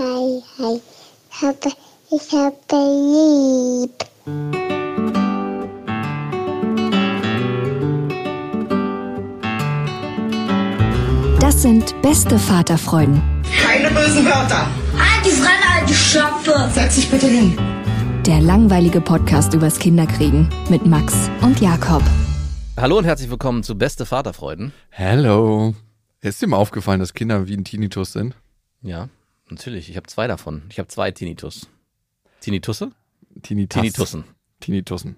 Hi. Ich habe, ich habe lieb. Das sind beste Vaterfreuden. Keine bösen Wörter. Alte Fremde, alte Schöpfe. Setz dich bitte hin. Der langweilige Podcast übers Kinderkriegen mit Max und Jakob. Hallo und herzlich willkommen zu Beste Vaterfreuden. Hello. Ist dir mal aufgefallen, dass Kinder wie ein Tinnitus sind? Ja, natürlich. Ich habe zwei davon. Ich habe zwei Tinnitus. Tinnitusse? Tinnitus. Tinnitussen. Tinnitussen.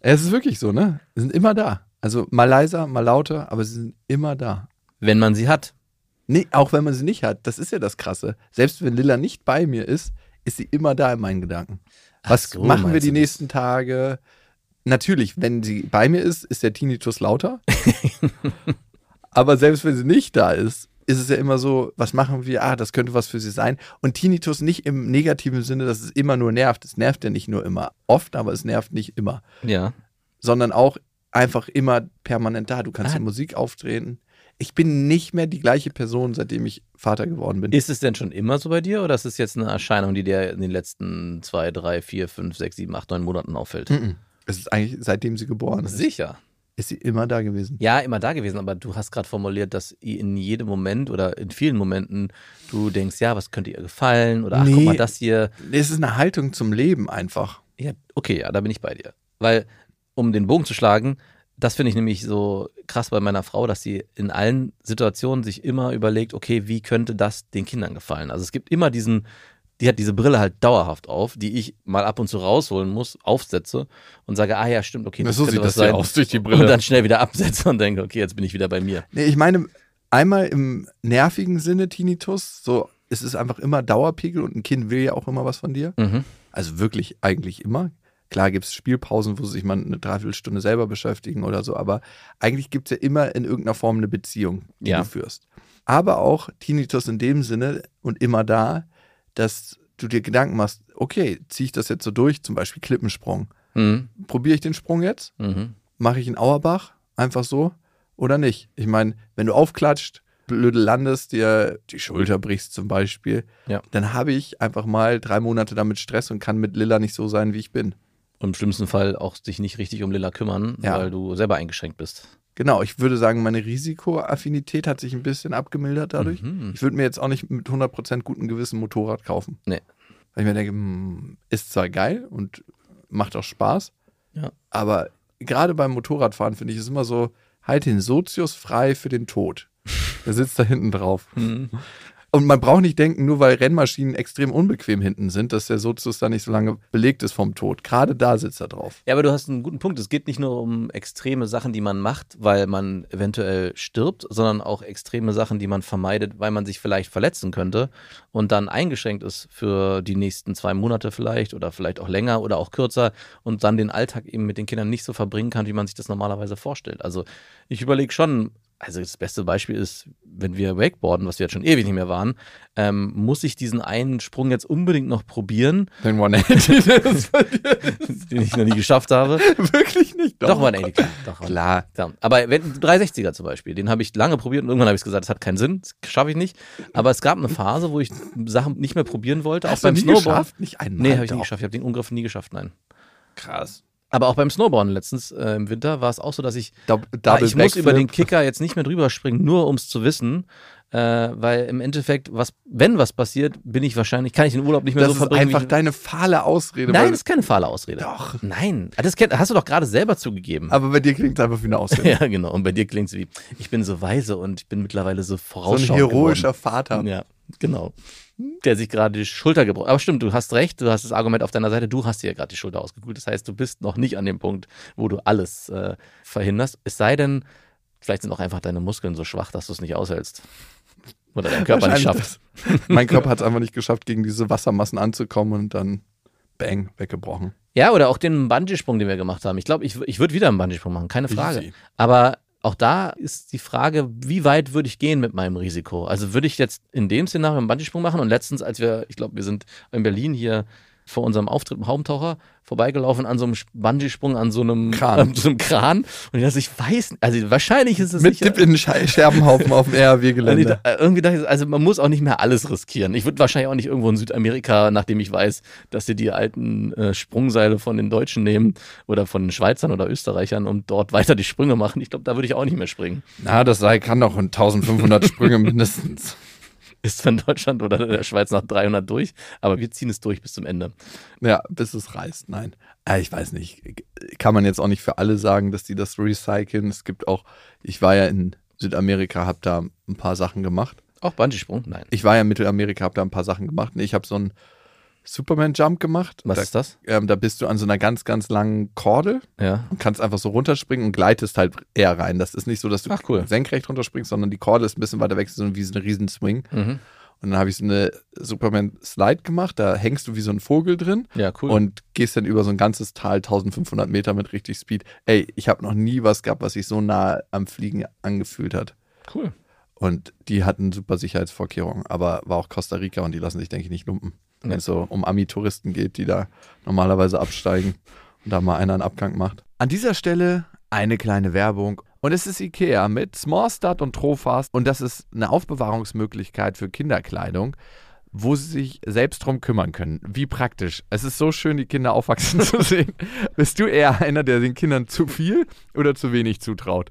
es ist wirklich so, ne? Sie sind immer da. Also mal leiser, mal lauter, aber sie sind immer da. Wenn man sie hat. Nee, auch wenn man sie nicht hat, das ist ja das Krasse. Selbst wenn Lilla nicht bei mir ist, ist sie immer da in meinen Gedanken. Was so, machen wir meinst die du das? nächsten Tage? Natürlich, wenn sie bei mir ist, ist der Tinnitus lauter. Aber selbst wenn sie nicht da ist, ist es ja immer so, was machen wir? Ah, das könnte was für sie sein. Und Tinnitus nicht im negativen Sinne, dass es immer nur nervt. Es nervt ja nicht nur immer. Oft, aber es nervt nicht immer. Ja. Sondern auch einfach immer permanent da. Du kannst Ah. die Musik aufdrehen. Ich bin nicht mehr die gleiche Person, seitdem ich Vater geworden bin. Ist es denn schon immer so bei dir oder ist es jetzt eine Erscheinung, die dir in den letzten zwei, drei, vier, fünf, sechs, sieben, acht, neun Monaten auffällt? Mhm. Es ist eigentlich, seitdem sie geboren ist, Sicher. ist sie immer da gewesen. Ja, immer da gewesen, aber du hast gerade formuliert, dass in jedem Moment oder in vielen Momenten du denkst, ja, was könnte ihr gefallen oder ach, guck Nee. mal, das hier. Es ist eine Haltung zum Leben einfach. Ja, okay, ja, da bin ich bei dir. Weil, um den Bogen zu schlagen, das finde ich nämlich so krass bei meiner Frau, dass sie in allen Situationen sich immer überlegt, okay, wie könnte das den Kindern gefallen? Also es gibt immer diesen, die hat diese Brille halt dauerhaft auf, die ich mal ab und zu rausholen muss, aufsetze und sage, ah ja, stimmt, okay, Na, so könnte sieht was das ja aus durch die Brille. Und dann schnell wieder absetze und denke, okay, jetzt bin ich wieder bei mir. Nee, ich meine, einmal im nervigen Sinne Tinnitus, so es ist einfach immer Dauerpegel und ein Kind will ja auch immer was von dir. Mhm. Also wirklich eigentlich immer. Klar gibt es Spielpausen, wo sie sich mal eine Dreiviertelstunde selber beschäftigen oder so, aber eigentlich gibt es ja immer in irgendeiner Form eine Beziehung, die Ja. du führst. Aber auch Tinnitus in dem Sinne und immer da, dass du dir Gedanken machst, okay, ziehe ich das jetzt so durch, zum Beispiel Klippensprung. Mhm. Probiere ich den Sprung jetzt? Mhm. mache ich einen Auerbach einfach so oder nicht? Ich meine, wenn du aufklatscht, blöde landest, dir die Schulter brichst zum Beispiel, Ja. dann habe ich einfach mal drei Monate damit Stress und kann mit Lilla nicht so sein, wie ich bin. Und im schlimmsten Fall auch dich nicht richtig um Lilla kümmern, Ja. weil du selber eingeschränkt bist. Genau, ich würde sagen, meine Risikoaffinität hat sich ein bisschen abgemildert dadurch. Mhm. Ich würde mir jetzt auch nicht mit 100% gutem Gewissen ein Motorrad kaufen. Nee. Weil ich mir denke, hm, ist zwar geil und macht auch Spaß, Ja. aber gerade beim Motorradfahren finde ich es immer so, halt den Sozius frei für den Tod. Der sitzt da hinten drauf. Mhm. Und man braucht nicht denken, nur weil Rennmaschinen extrem unbequem hinten sind, dass der Sozius da nicht so lange belegt ist vom Tod. Gerade da sitzt er drauf. Ja, aber du hast einen guten Punkt. Es geht nicht nur um extreme Sachen, die man macht, weil man eventuell stirbt, sondern auch extreme Sachen, die man vermeidet, weil man sich vielleicht verletzen könnte und dann eingeschränkt ist für die nächsten zwei Monate vielleicht oder vielleicht auch länger oder auch kürzer und dann den Alltag eben mit den Kindern nicht so verbringen kann, wie man sich das normalerweise vorstellt. Also ich überlege schon, also das beste Beispiel ist, wenn wir Wakeboarden, was wir jetzt schon ewig nicht mehr waren, ähm, muss ich diesen einen Sprung jetzt unbedingt noch probieren, Den 180, das war den ich noch nie geschafft habe. wirklich nicht. Doch, war ein Eddie Klar. Doch, war- Klar. klar. Aber wenn, 360er zum Beispiel, den habe ich lange probiert und irgendwann habe ich gesagt, das hat keinen Sinn, das schaffe ich nicht. Aber es gab eine Phase, wo ich Sachen nicht mehr probieren wollte, Hast auch beim du nie Snowboard. geschafft? Nicht einmal. Nee, habe ich Doch. nicht geschafft. Ich habe den Umgriff nie geschafft, nein. Krass. Aber auch beim Snowboarden letztens äh, im Winter war es auch so, dass ich, Double, ah, Double ich muss Backflip. über den Kicker jetzt nicht mehr drüber springen, nur um es zu wissen. Äh, weil im Endeffekt, was, wenn was passiert, bin ich wahrscheinlich, kann ich den Urlaub nicht mehr so Das ist verbringen. einfach wie ich, deine fahle Ausrede. nein, weil- das ist keine fahle Ausrede. Doch. Nein, Ah, das kenn- hast du doch gerade selber zugegeben. aber bei dir klingt es einfach wie eine Ausrede. Ja, genau. Und bei dir klingt es wie, ich bin so weise und ich bin mittlerweile so so ein vorausschauend. heroischer Vater. geworden. Ja, genau. Der sich gerade die Schulter gebrochen Aber stimmt, du hast recht, du hast das Argument auf deiner Seite, du hast dir ja gerade die Schulter ausgekühlt. Das heißt, du bist noch nicht an dem Punkt, wo du alles äh, verhinderst. Es sei denn, vielleicht sind auch einfach deine Muskeln so schwach, dass du es nicht aushältst. Oder dein Körper nicht Wahrscheinlich schafft. das. Mein Körper hat es einfach nicht geschafft, gegen diese Wassermassen anzukommen und dann bang, weggebrochen. Ja, oder auch den Bungee-Sprung, den wir gemacht haben. Ich glaube, ich, w- ich würde wieder einen Bungee-Sprung machen, keine Frage. Easy. Aber auch da ist die Frage, wie weit würde ich gehen mit meinem Risiko? Also würde ich jetzt in dem Szenario einen Bungee-Sprung machen? Und letztens, als wir, ich glaube, wir sind in Berlin hier vor unserem Auftritt im Haubentaucher vorbeigelaufen an so einem Bungee-Sprung, an so einem Kran. An so einem Kran. Und ich dachte, ich weiß, nicht, also wahrscheinlich ist es Mit sicher. Dip in den Sche- Scherbenhaufen auf dem Und ich, RAW-Gelände. da- irgendwie dachte ich, so, also man muss auch nicht mehr alles riskieren. Ich würde wahrscheinlich auch nicht irgendwo in Südamerika, nachdem ich weiß, dass sie die alten äh, Sprungseile von den Deutschen nehmen oder von den Schweizern oder Österreichern und dort weiter die Sprünge machen. Ich glaube, da würde ich auch nicht mehr springen. Na, das Seil kann doch 1500 Sprünge mindestens. Ist von Deutschland oder der Schweiz nach 300 durch, aber wir ziehen es durch bis zum Ende. Ja, bis es reißt. Nein. Ah, Ich weiß nicht. Kann man jetzt auch nicht für alle sagen, dass die das recyceln. Es gibt auch, ich war ja in Südamerika, habe da ein paar Sachen gemacht. Auch Bungee-Sprung? Nein. Ich war ja in Mittelamerika, habe da ein paar Sachen gemacht. Und Ich habe so einen Superman-Jump gemacht. Was da, ist das? Ähm, da bist du an so einer ganz, ganz langen Kordel Ja. und kannst einfach so runterspringen und gleitest halt eher rein. Das ist nicht so, dass du Ach, cool. senkrecht runterspringst, sondern die Kordel ist ein bisschen weiter weg, so wie so eine riesen Swing. Mhm. Und dann habe ich so eine Superman-Slide gemacht. Da hängst du wie so ein Vogel drin Ja, cool. und gehst dann über so ein ganzes Tal 1500 Meter mit richtig Speed. Ey, ich habe noch nie was gehabt, was sich so nah am Fliegen angefühlt hat. cool. Und die hatten super Sicherheitsvorkehrungen, aber war auch Costa Rica und die lassen sich, denke ich, nicht lumpen. Wenn Nee. es so um Ami-Touristen geht, die da normalerweise absteigen und da mal einer einen Abgang macht. An dieser Stelle eine kleine Werbung. Und es ist IKEA mit Smallstart und Trofast. Und das ist eine Aufbewahrungsmöglichkeit für Kinderkleidung, wo sie sich selbst drum kümmern können. Wie praktisch. Es ist so schön, die Kinder aufwachsen zu sehen. Bist du eher einer, der den Kindern zu viel oder zu wenig zutraut?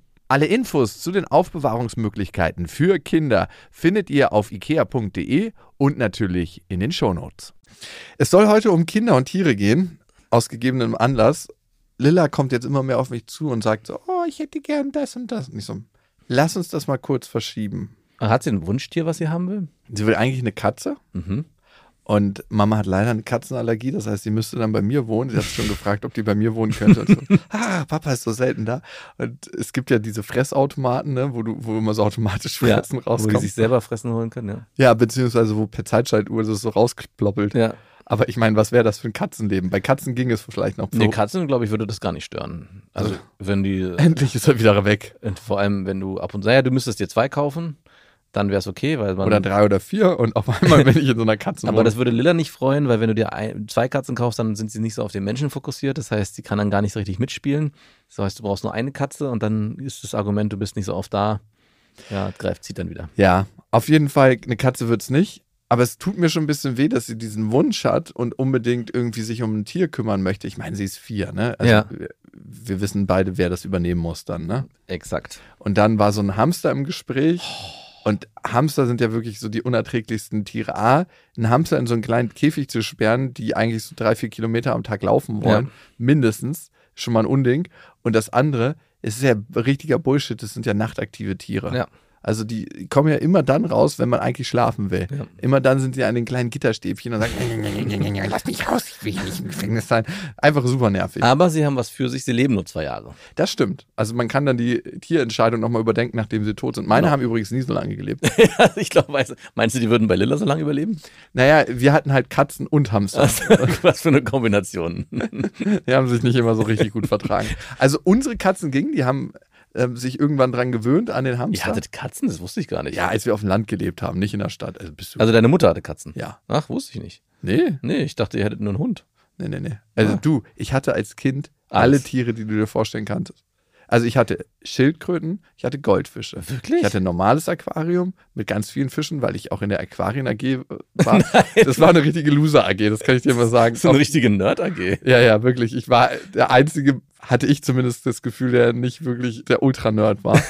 Alle Infos zu den Aufbewahrungsmöglichkeiten für Kinder findet ihr auf ikea.de und natürlich in den Shownotes. Es soll heute um Kinder und Tiere gehen, aus gegebenem Anlass. Lilla kommt jetzt immer mehr auf mich zu und sagt so, oh, ich hätte gern das und das. Und ich so, lass uns das mal kurz verschieben. Hat sie ein Wunschtier, was sie haben will? Sie will eigentlich eine Katze. Mhm. Und Mama hat leider eine Katzenallergie, das heißt, sie müsste dann bei mir wohnen. Sie hat schon gefragt, ob die bei mir wohnen könnte. Und so, ah, Papa ist so selten da. Und es gibt ja diese Fressautomaten, ne, wo, du, wo immer so automatisch Fressen wo die sich rauskommt. selber fressen holen können, ja. Ja, beziehungsweise wo per Zeitschaltuhr das so rausploppelt. ja. Aber ich meine, was wäre das für ein Katzenleben? Bei Katzen ging es vielleicht noch. So, Nee, Katzen, glaube ich, würde das gar nicht stören. Also, wenn die endlich ist er wieder weg. Und vor allem, wenn du ab und naja, du müsstest dir zwei kaufen, dann wäre es okay, weil man. Oder drei oder vier und auf einmal bin ich in so einer Katzenwohnung. aber das würde Lilla nicht freuen, weil wenn du dir ein, zwei Katzen kaufst, dann sind sie nicht so auf den Menschen fokussiert. Das heißt, sie kann dann gar nicht so richtig mitspielen. Das heißt, du brauchst nur eine Katze und dann ist das Argument, du bist nicht so oft da. Ja, greift, zieht dann wieder. Ja, auf jeden Fall, eine Katze wird's nicht. Aber es tut mir schon ein bisschen weh, dass sie diesen Wunsch hat und unbedingt irgendwie sich um ein Tier kümmern möchte. Ich meine, sie ist vier, ne? Also Ja. wir, wir wissen beide, wer das übernehmen muss dann, ne? Exakt. Und dann war so ein Hamster im Gespräch. Oh. Und Hamster sind ja wirklich so die unerträglichsten Tiere. A, einen Hamster in so einen kleinen Käfig zu sperren, die eigentlich so drei, vier Kilometer am Tag laufen wollen, Ja. mindestens, schon mal ein Unding. Und das andere, es ist ja richtiger Bullshit, das sind ja nachtaktive Tiere. Ja. Also die kommen ja immer dann raus, wenn man eigentlich schlafen will. Ja. Immer dann sind sie an den kleinen Gitterstäbchen und sagen, lass mich raus, ich will hier nicht im Gefängnis sein. Einfach super nervig. Aber sie haben was für sich, sie leben nur zwei Jahre. Das stimmt. Also man kann dann die Tierentscheidung nochmal überdenken, nachdem sie tot sind. Meine Genau. haben übrigens nie so lange gelebt. Also ich glaube, weißt du- meinst du, die würden bei Lilla so lange überleben? naja, wir hatten halt Katzen und Hamster. Was, was für eine Kombination. Die haben sich nicht immer so richtig gut vertragen. Also unsere Katzen gingen, die haben ähm, sich irgendwann dran gewöhnt an den Ihr Hamster. hattet Katzen? Das wusste ich gar nicht. ja, als wir auf dem Land gelebt haben, nicht in der Stadt. Also bist du. Also deine Mutter hatte Katzen? ja. Ach, wusste ich nicht. Nee, Nee, ich dachte, ihr hättet nur einen Hund. nee, nee, nee. Also Ah. du, ich hatte als Kind Alles. alle Tiere, die du dir vorstellen kannst. Also ich hatte Schildkröten, ich hatte Goldfische. Wirklich? Ich hatte ein normales Aquarium mit ganz vielen Fischen, weil ich auch in der Aquarien AG war. Das war eine richtige Loser AG, das kann ich dir mal sagen. So eine richtige Nerd-AG. Ja, ja, wirklich. Ich war der einzige, hatte ich zumindest das Gefühl, der nicht wirklich der Ultra-Nerd war.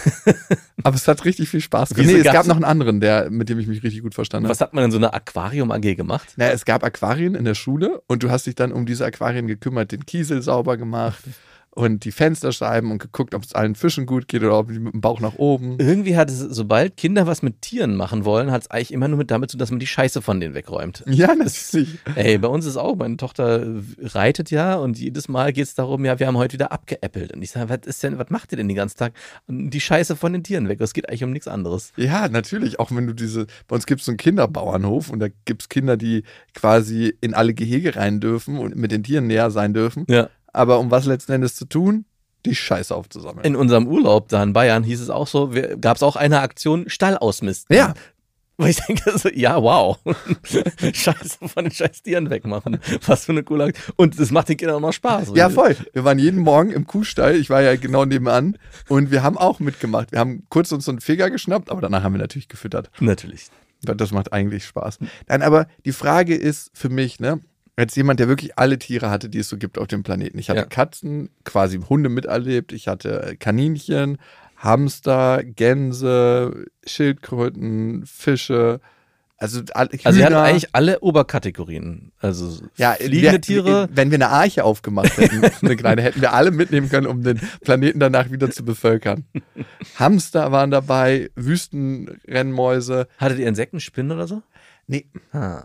Aber es hat richtig viel Spaß gemacht. Wieso Nee, es gab's- gab noch einen anderen, der, mit dem ich mich richtig gut verstanden habe. Was hat man in so einer Aquarium-AG gemacht? Naja, es gab Aquarien in der Schule und du hast dich dann um diese Aquarien gekümmert, den Kiesel sauber gemacht und die Fensterscheiben und geguckt, ob es allen Fischen gut geht oder ob die mit dem Bauch nach oben. Irgendwie hat es, sobald Kinder was mit Tieren machen wollen, hat es eigentlich immer nur mit damit zu tun, dass man die Scheiße von denen wegräumt. Ja, natürlich. Ey, bei uns ist auch, meine Tochter äh, reitet ja und jedes Mal geht es darum, ja, wir haben heute wieder abgeäppelt. Und ich sage, was ist denn, was macht ihr denn den ganzen Tag? Die Scheiße von den Tieren weg. Es geht eigentlich um nichts anderes. Ja, natürlich. Auch wenn du diese, bei uns gibt es so einen Kinderbauernhof und da gibt es Kinder, die quasi in alle Gehege rein dürfen und mit den Tieren näher sein dürfen. Ja. Aber um was letzten Endes zu tun? Die Scheiße aufzusammeln. In unserem Urlaub da in Bayern hieß es auch so, gab es auch eine Aktion Stall ausmisten. Ja. Wo ich denke, so, ja, wow. Scheiße von den scheiß Tieren wegmachen. Was für eine coole Aktion. Und das macht den Kindern auch noch Spaß. ja, voll. Wir waren jeden Morgen im Kuhstall. Ich war ja genau nebenan. Und wir haben auch mitgemacht. Wir haben kurz uns so einen Feger geschnappt, aber danach haben wir natürlich gefüttert. Natürlich. Weil Das macht eigentlich Spaß. Nein, aber die Frage ist für mich, ne, als jemand, der wirklich alle Tiere hatte, die es so gibt auf dem Planeten. Ich hatte Ja. Katzen, quasi Hunde miterlebt, ich hatte äh, Kaninchen, Hamster, Gänse, Schildkröten, Fische. Also, all- Also ihr Hühner. habt eigentlich alle Oberkategorien. Also ja, fliegende wir, Tiere. Wenn wir eine Arche aufgemacht hätten, eine kleine, hätten wir alle mitnehmen können, um den Planeten danach wieder zu bevölkern. Hamster waren dabei, Wüstenrennmäuse. Hattet ihr Insekten, Spinnen oder so? Nee, Ah.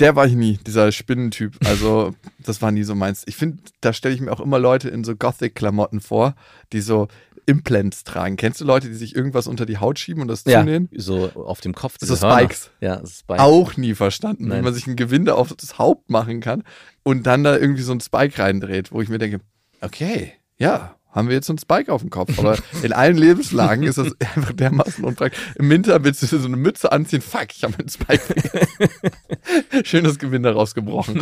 Der war ich nie, dieser Spinnentyp. Also, das war nie so meins. Ich finde, da stelle ich mir auch immer Leute in so Gothic-Klamotten vor, die so Implants tragen. Kennst du Leute, die sich irgendwas unter die Haut schieben und das Ja, zunähen? so auf dem Kopf. So diese Hörner. Spikes. Ja, so Spikes. Auch nie verstanden, Nein. wie man sich ein Gewinde auf das Haupt machen kann und dann da irgendwie so einen Spike reindreht, wo ich mir denke, okay, ja, haben wir jetzt so einen Spike auf dem Kopf. Aber in allen Lebenslagen ist das einfach dermaßen unpraktisch. Im Winter willst du dir so eine Mütze anziehen, fuck, ich habe einen Spike schönes Gewinde rausgebrochen.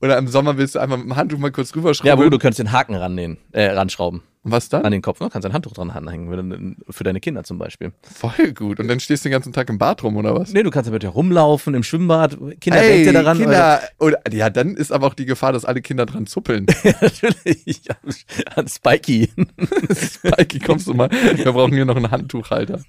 Oder im Sommer willst du einfach mit dem Handtuch mal kurz Ja, Ah, rüberschrauben. wo du könntest den Haken rannähen, äh, ranschrauben Und was an dann? den Kopf. Du kannst ein Handtuch dran anhängen, wenn du- für deine Kinder zum Beispiel. Voll gut. Und dann stehst du den ganzen Tag im Bad rum, oder was? Nee, du kannst damit ja rumlaufen im Schwimmbad. Kinder, Ey, denkt ihr daran? Kinder. Oder, ja, dann ist aber auch die Gefahr, dass alle Kinder dran zuppeln. Oder, Also, natürlich. an- An Spikey. Spikey, kommst du mal? Wir brauchen hier noch einen Handtuchhalter.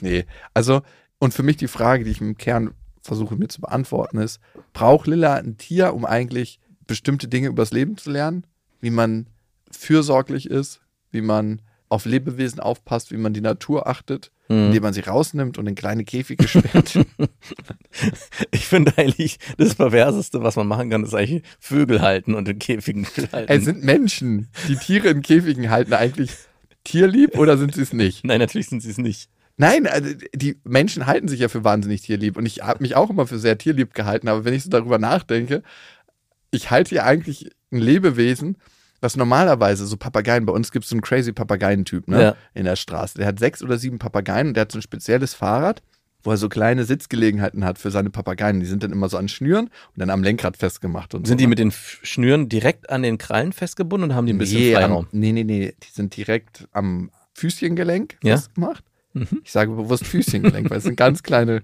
Nee, also, und für mich die Frage, die ich im Kern versuche mir zu beantworten, ist: Braucht Lilla ein Tier, um eigentlich bestimmte Dinge übers Leben zu lernen? Wie man fürsorglich ist, wie man auf Lebewesen aufpasst, wie man die Natur achtet, indem man sie rausnimmt und in kleine Käfige sperrt. Ich finde eigentlich, das Perverseste, was man machen kann, ist eigentlich Vögel halten und in Käfigen halten. es sind Menschen, die Tiere in Käfigen halten, eigentlich tierlieb oder sind sie es nicht? Nein, natürlich sind sie es nicht. Nein, also die Menschen halten sich ja für wahnsinnig tierlieb und ich habe mich auch immer für sehr tierlieb gehalten, aber wenn ich so darüber nachdenke, ich halte ja eigentlich ein Lebewesen, was normalerweise so Papageien, bei uns gibt es so einen crazy Papageientyp ne, Ja. in der Straße, der hat sechs oder sieben Papageien und der hat so ein spezielles Fahrrad, wo er so kleine Sitzgelegenheiten hat für seine Papageien, die sind dann immer so an Schnüren und dann am Lenkrad festgemacht. Und Sind so, ne? die mit den F- Schnüren direkt an den Krallen festgebunden und haben die ein bisschen nee, am, Freiraum? nee, nee, nee, die sind direkt am Füßchengelenk Ja. festgemacht. Mhm. Ich sage bewusst Füßchengelenk, weil es sind ganz kleine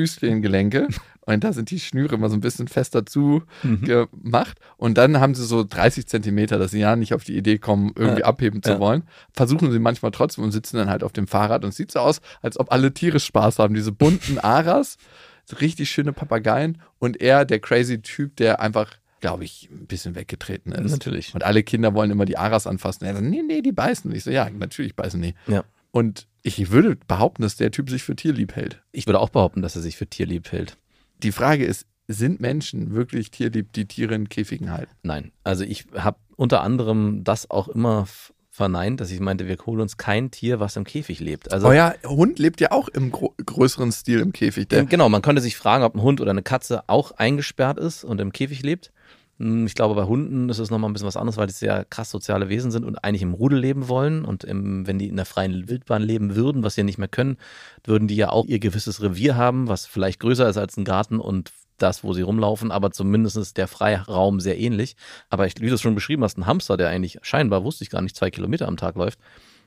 Füßchengelenke und da sind die Schnüre immer so ein bisschen fester Mhm. zu gemacht und dann haben sie so 30 Zentimeter, dass sie ja nicht auf die Idee kommen, irgendwie Ja. abheben zu Ja. wollen. Versuchen sie manchmal trotzdem und sitzen dann halt auf dem Fahrrad und es sieht so aus, als ob alle Tiere Spaß haben. Diese bunten Aras, so richtig schöne Papageien und er, der crazy Typ, der einfach glaube ich, ein bisschen weggetreten ist. Natürlich. Und alle Kinder wollen immer die Aras anfassen. Er sagt, nee, nee, die beißen. Ich so, ja, natürlich beißen die. Ja. Und ich würde behaupten, dass der Typ sich für tierlieb hält. Ich würde auch behaupten, dass er sich für tierlieb hält. Die Frage ist, sind Menschen wirklich tierlieb, die Tiere in Käfigen halten? Nein, also ich habe unter anderem das auch immer f- verneint, dass ich meinte, wir holen uns kein Tier, was im Käfig lebt. Also Euer Hund lebt ja auch im gro größeren Stil im Käfig. Der, genau, man könnte sich fragen, ob ein Hund oder eine Katze auch eingesperrt ist und im Käfig lebt. Hm, Ich glaube, bei Hunden ist es nochmal ein bisschen was anderes, weil die sehr krass soziale Wesen sind und eigentlich im Rudel leben wollen. Und im, wenn die in der freien Wildbahn leben würden, was sie ja nicht mehr können, würden die ja auch ihr gewisses Revier haben, was vielleicht größer ist als ein Garten und das, wo sie rumlaufen, aber zumindest ist der Freiraum sehr ähnlich. Aber ich, wie du es schon beschrieben hast, ein Hamster, der eigentlich scheinbar, wusste ich gar nicht, zwei Kilometer am Tag läuft,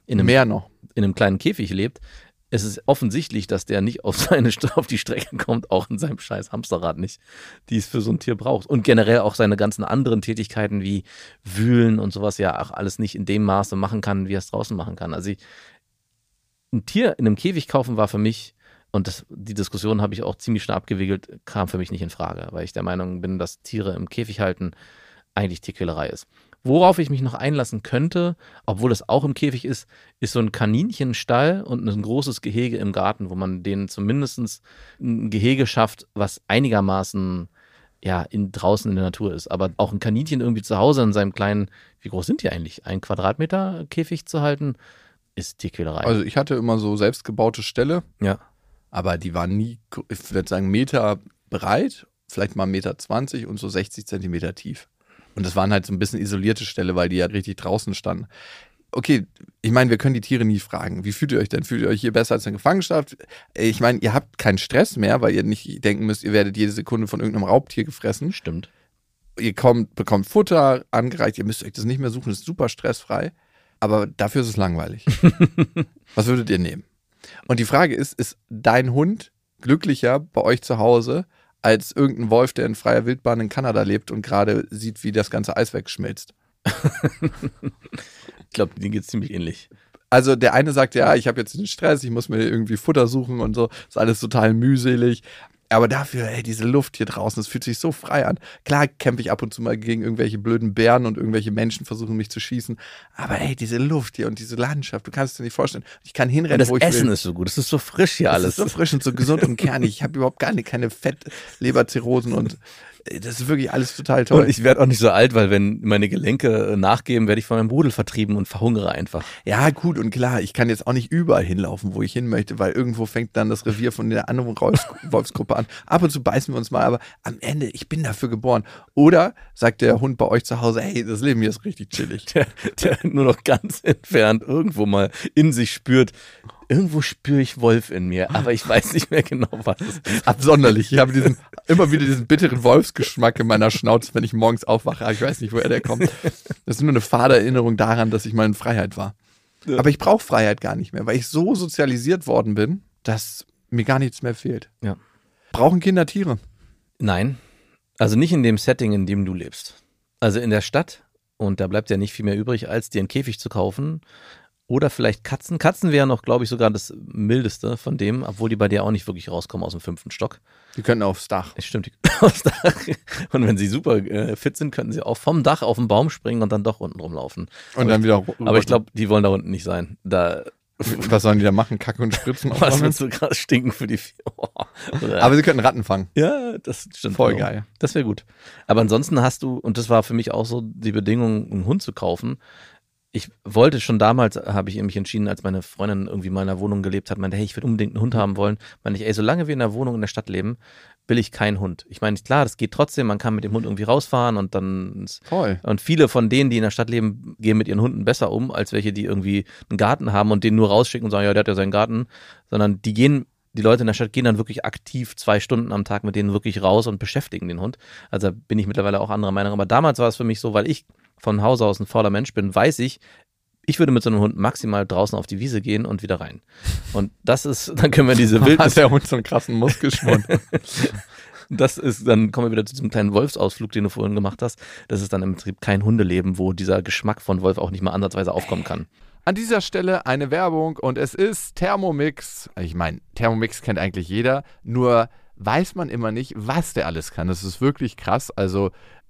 in einem, Mehr noch. in einem kleinen Käfig lebt, es ist offensichtlich, dass der nicht auf, seine, St- auf die Strecke kommt, auch in seinem scheiß Hamsterrad nicht, die es für so ein Tier braucht. Und generell auch seine ganzen anderen Tätigkeiten wie Wühlen und sowas ja auch alles nicht in dem Maße machen kann, wie er es draußen machen kann. Also ich, ein Tier in einem Käfig kaufen war für mich, und das, die Diskussion habe ich auch ziemlich schnell abgewickelt, kam für mich nicht in Frage, weil ich der Meinung bin, dass Tiere im Käfig halten eigentlich Tierquälerei ist. Worauf ich mich noch einlassen könnte, obwohl es auch im Käfig ist, ist so ein Kaninchenstall und ein großes Gehege im Garten, wo man denen zumindest ein Gehege schafft, was einigermaßen ja, in, draußen in der Natur ist. Aber auch ein Kaninchen irgendwie zu Hause in seinem kleinen, wie groß sind die eigentlich? Ein Quadratmeter Käfig zu halten, ist Tierquälerei. Also ich hatte immer so selbstgebaute Ställe, ja. aber die waren nie, ich würde sagen, Meter breit, vielleicht mal Meter 20 und so 60 Zentimeter tief. Und das waren halt so ein bisschen isolierte Ställe, weil die ja richtig draußen standen. Okay, ich meine, wir können die Tiere nie fragen. Wie fühlt ihr euch denn? Fühlt ihr euch hier besser als in Gefangenschaft? Ich meine, ihr habt keinen Stress mehr, weil ihr nicht denken müsst, ihr werdet jede Sekunde von irgendeinem Raubtier gefressen. Stimmt. ihr kommt, bekommt Futter angereicht, ihr müsst euch das nicht mehr suchen, ist super stressfrei, aber dafür ist es langweilig. Was würdet ihr nehmen? Und die Frage ist, ist dein Hund glücklicher bei euch zu Hause als irgendein Wolf, der in freier Wildbahn in Kanada lebt und gerade sieht, wie das ganze Eis wegschmilzt? Ich glaube, denen geht es ziemlich ähnlich. Also der eine sagt, ja, ich habe jetzt den Stress, ich muss mir irgendwie Futter suchen und so, ist alles total mühselig. Aber dafür, ey, diese Luft hier draußen, es fühlt sich so frei an. Klar kämpfe ich ab und zu mal gegen irgendwelche blöden Bären und irgendwelche Menschen versuchen mich zu schießen. Aber ey, diese Luft hier und diese Landschaft, du kannst es dir nicht vorstellen. Ich kann hinrennen, Und das wo ich Essen will. ist so gut. Es ist so frisch hier Es alles. ist so frisch und so gesund und kernig. Ich habe überhaupt gar nicht keine Fett, Leberzirrhosen und äh, das ist wirklich alles total toll. Und ich werde auch nicht so alt, weil wenn meine Gelenke äh, nachgeben, werde ich von meinem Rudel vertrieben und verhungere einfach. Ja, gut und klar, ich kann jetzt auch nicht überall hinlaufen, wo ich hin möchte, weil irgendwo fängt dann das Revier von der anderen Wolfs Wolfsgruppe an. Ab und zu beißen wir uns mal, aber am Ende, ich bin dafür geboren. Oder sagt der Hund bei euch zu Hause, hey, das Leben hier ist richtig chillig. Der, der nur noch ganz entfernt irgendwo mal in sich spürt. Irgendwo spüre ich Wolf in mir, aber ich weiß nicht mehr genau, was es ist. Absonderlich. Ich habe diesen, immer wieder diesen bitteren Wolfsgeschmack in meiner Schnauze, wenn ich morgens aufwache. Aber ich weiß nicht, woher der kommt. Das ist nur eine fade Erinnerung daran, dass ich mal in Freiheit war. Aber ich brauche Freiheit gar nicht mehr, weil ich so sozialisiert worden bin, dass mir gar nichts mehr fehlt. Ja. Brauchen Kinder Tiere? Nein, also nicht in dem Setting, in dem du lebst. Also in der Stadt, und da bleibt ja nicht viel mehr übrig, als dir einen Käfig zu kaufen. Oder vielleicht Katzen. Katzen wären noch, glaube ich, sogar das mildeste von dem, obwohl die bei dir auch nicht wirklich rauskommen aus dem fünften Stock. Die können aufs Dach. Es stimmt. die- Aufs Dach. Und wenn sie super äh, fit sind, könnten sie auch vom Dach auf den Baum springen und dann doch unten rumlaufen. Und dann wieder ru- Aber ich glaube, die wollen da unten nicht sein. Da Was sollen die da machen? Kacke und Spritzen was aufsammeln? wird so krass stinken für die Oh. Vieh. Aber sie können Ratten fangen. Ja, das stimmt. Voll genau. geil. Das wäre gut. Aber ansonsten hast du, und das war für mich auch so die Bedingung, einen Hund zu kaufen. Ich wollte schon damals, habe ich mich entschieden, als meine Freundin irgendwie mal in einer Wohnung gelebt hat, meinte, hey, ich will unbedingt einen Hund haben wollen. Meinte ich, ey, solange wir in einer Wohnung in der Stadt leben, will ich keinen Hund. Ich meine, klar, das geht trotzdem, man kann mit dem Hund irgendwie rausfahren und dann ins- Voll. und viele von denen, die in der Stadt leben, gehen mit ihren Hunden besser um, als welche, die irgendwie einen Garten haben und den nur rausschicken und sagen, ja, der hat ja seinen Garten. Sondern die gehen, die Leute in der Stadt gehen dann wirklich aktiv zwei Stunden am Tag mit denen wirklich raus und beschäftigen den Hund. Also da bin ich mittlerweile auch anderer Meinung. Aber damals war es für mich so, weil ich von Hause aus ein fauler Mensch bin, weiß ich, ich würde mit so einem Hund maximal draußen auf die Wiese gehen und wieder rein. Und das ist, dann können wir diese Hat Wildnis der Hund so einen krassen Muskelschwund. das ist, dann kommen wir wieder zu diesem kleinen Wolfsausflug, den du vorhin gemacht hast. Das ist dann im Prinzip kein Hundeleben, wo dieser Geschmack von Wolf auch nicht mal ansatzweise aufkommen kann. An dieser Stelle eine Werbung und es ist Thermomix. Ich meine, Thermomix kennt eigentlich jeder, nur weiß man immer nicht, was der alles kann. Das ist wirklich krass. Also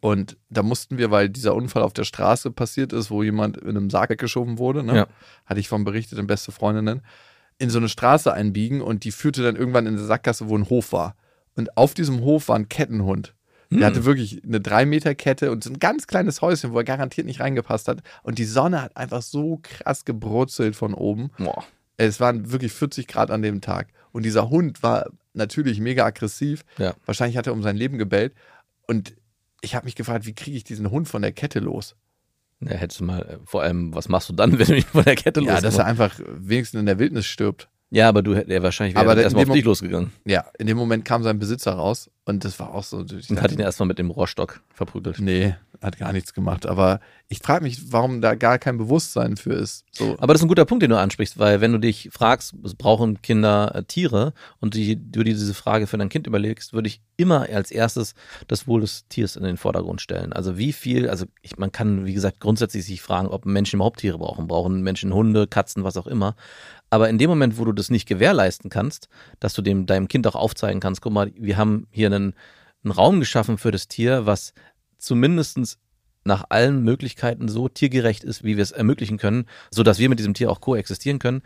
und da mussten wir, weil dieser Unfall auf der Straße passiert ist, wo jemand in einem Sarg weggeschoben wurde, ne? Ja. hatte ich von berichtet, in beste Freundinnen, in so eine Straße einbiegen und die führte dann irgendwann in eine Sackgasse, wo ein Hof war. Und auf diesem Hof war ein Kettenhund. Der hatte wirklich eine 3-Meter-Kette und so ein ganz kleines Häuschen, wo er garantiert nicht reingepasst hat. Und die Sonne hat einfach so krass gebrutzelt von oben. Boah. Es waren wirklich 40 Grad an dem Tag. Und dieser Hund war natürlich mega aggressiv. Ja. Wahrscheinlich hat er um sein Leben gebellt. Und ich habe mich gefragt, wie kriege ich diesen Hund von der Kette los? Ja, hättest du mal, äh, vor allem, was machst du dann, wenn du ihn von der Kette Ja, dass losmachst? er einfach wenigstens in der Wildnis stirbt. Ja, aber du hättest wahrscheinlich Aber wäre da- erstmal in auf dem dich Mo- losgegangen Ja, in dem Moment kam sein Besitzer raus und das war auch so. ich und hat dachte, ihn erstmal mit dem Rohrstock verprügelt. nee, hat gar nichts gemacht. Aber ich frage mich, warum da gar kein Bewusstsein für ist. So, Aber das ist ein guter Punkt, den du ansprichst, weil wenn du dich fragst, was brauchen Kinder äh, Tiere und die, du dir diese Frage für dein Kind überlegst, würde ich immer als erstes das Wohl des Tiers in den Vordergrund stellen. Also wie viel, also ich, man kann, wie gesagt, grundsätzlich sich fragen, ob Menschen überhaupt Tiere brauchen. Brauchen Menschen Hunde, Katzen, was auch immer. Aber in dem Moment, wo du das nicht gewährleisten kannst, dass du dem deinem Kind auch aufzeigen kannst, guck mal, wir haben hier einen, einen Raum geschaffen für das Tier, was zumindestens nach allen Möglichkeiten so tiergerecht ist, wie wir es ermöglichen können, sodass wir mit diesem Tier auch koexistieren können,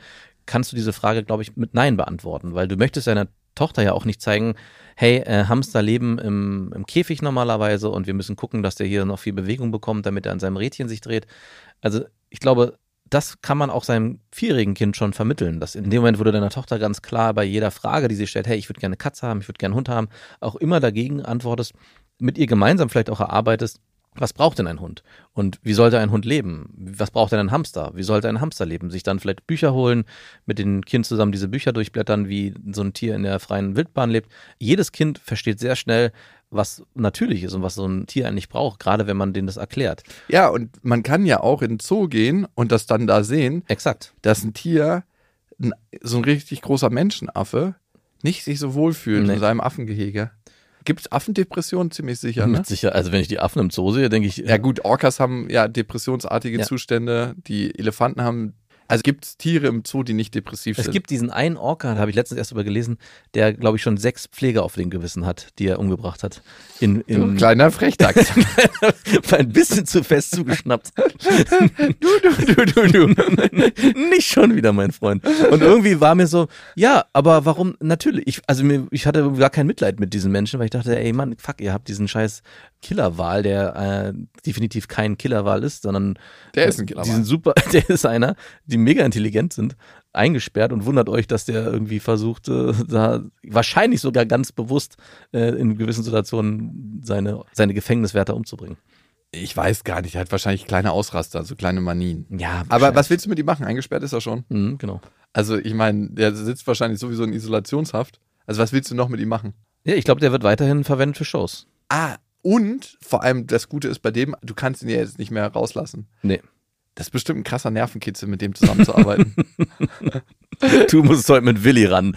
kannst du diese Frage, glaube ich, mit Nein beantworten, weil du möchtest deiner Tochter ja auch nicht zeigen, hey, äh, Hamster leben im, im Käfig normalerweise und wir müssen gucken, dass der hier noch viel Bewegung bekommt, damit er an seinem Rädchen sich dreht. Also ich glaube, das kann man auch seinem vierjährigen Kind schon vermitteln, dass in dem Moment, wo du deiner Tochter ganz klar bei jeder Frage, die sie stellt, hey, ich würde gerne eine Katze haben, ich würde gerne einen Hund haben, auch immer dagegen antwortest, mit ihr gemeinsam vielleicht auch erarbeitest, was braucht denn ein Hund? Und wie sollte ein Hund leben? Was braucht denn ein Hamster? Wie sollte ein Hamster leben? Sich dann vielleicht Bücher holen, mit den Kindern zusammen diese Bücher durchblättern, wie so ein Tier in der freien Wildbahn lebt. Jedes Kind versteht sehr schnell, was natürlich ist und was so ein Tier eigentlich braucht, gerade wenn man denen das erklärt. ja, und man kann ja auch in den Zoo gehen und das dann da sehen, Exakt. dass ein Tier, ein, so ein richtig großer Menschenaffe, nicht sich so wohl fühlt Nee. in seinem Affengehege. Gibt es Affendepressionen ziemlich sicher, ne? Mit Sicher, also wenn ich die Affen im Zoo sehe, denke ich, äh, Ja gut, Orcas haben ja depressionsartige Ja. Zustände, die Elefanten haben, also gibt es Tiere im Zoo, die nicht depressiv es sind. gibt diesen einen Orca, da habe ich letztens erst über gelesen, der, glaube ich, schon sechs Pfleger auf dem Gewissen hat, die er umgebracht hat. In, in, Kleiner Frechdachs. war ein bisschen zu fest zugeschnappt. du, du, du, du, du. Nicht schon wieder, mein Freund. Und irgendwie war mir so, ja, aber warum? Natürlich, ich, also mir, ich hatte gar kein Mitleid mit diesen Menschen, weil ich dachte, ey Mann, fuck, ihr habt diesen scheiß Killerwal, der äh, definitiv kein Killerwal ist, sondern Der ist ein Killerwal. Die sind super, der ist einer, die mega intelligent sind, eingesperrt und wundert euch, dass der irgendwie versucht, äh, da wahrscheinlich sogar ganz bewusst äh, in gewissen Situationen seine, seine Gefängniswärter umzubringen. Ich weiß gar nicht, er hat wahrscheinlich kleine Ausraster, so kleine Manien. Ja, Aber was willst du mit ihm machen? Eingesperrt ist er schon. Mhm, genau. Also ich meine, der sitzt wahrscheinlich sowieso in Isolationshaft. Also was willst du noch mit ihm machen? Ja, ich glaube, der wird weiterhin verwendet für Shows. Ah, und vor allem das Gute ist bei dem, du kannst ihn ja jetzt nicht mehr rauslassen. Nee. Das ist bestimmt ein krasser Nervenkitzel, mit dem zusammenzuarbeiten. Du musst heute mit Willi ran.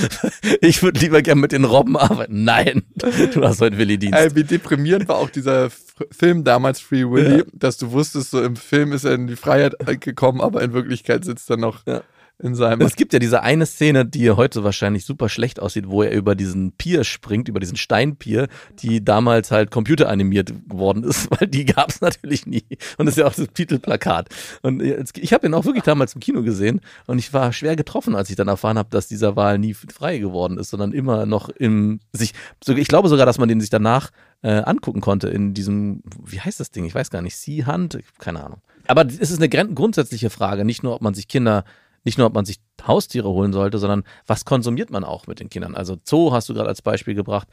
Ich würde lieber gern mit den Robben arbeiten. Nein, du hast heute Willi-Dienst. Ey, wie deprimierend war auch dieser F Film damals, Free Willy, dass du wusstest, so im Film ist er in die Freiheit gekommen, aber in Wirklichkeit sitzt er noch Ja. in seinem. Es gibt ja diese eine Szene, die heute wahrscheinlich super schlecht aussieht, wo er über diesen Pier springt, über diesen Steinpier, die damals halt computeranimiert geworden ist, weil die gab es natürlich nie. Und das ist ja auch das Titelplakat. Und jetzt, ich habe ihn auch wirklich damals im Kino gesehen und ich war schwer getroffen, als ich dann erfahren habe, dass dieser Wahl nie frei geworden ist, sondern immer noch im sich. so- Ich glaube sogar, dass man den sich danach äh, angucken konnte in diesem, wie heißt das Ding? Ich weiß gar nicht, Sea-Hand, keine Ahnung. Aber es ist eine gren- grundsätzliche Frage, nicht nur, ob man sich Kinder nicht nur, ob man sich Haustiere holen sollte, sondern was konsumiert man auch mit den Kindern? Also Zoo hast du gerade als Beispiel gebracht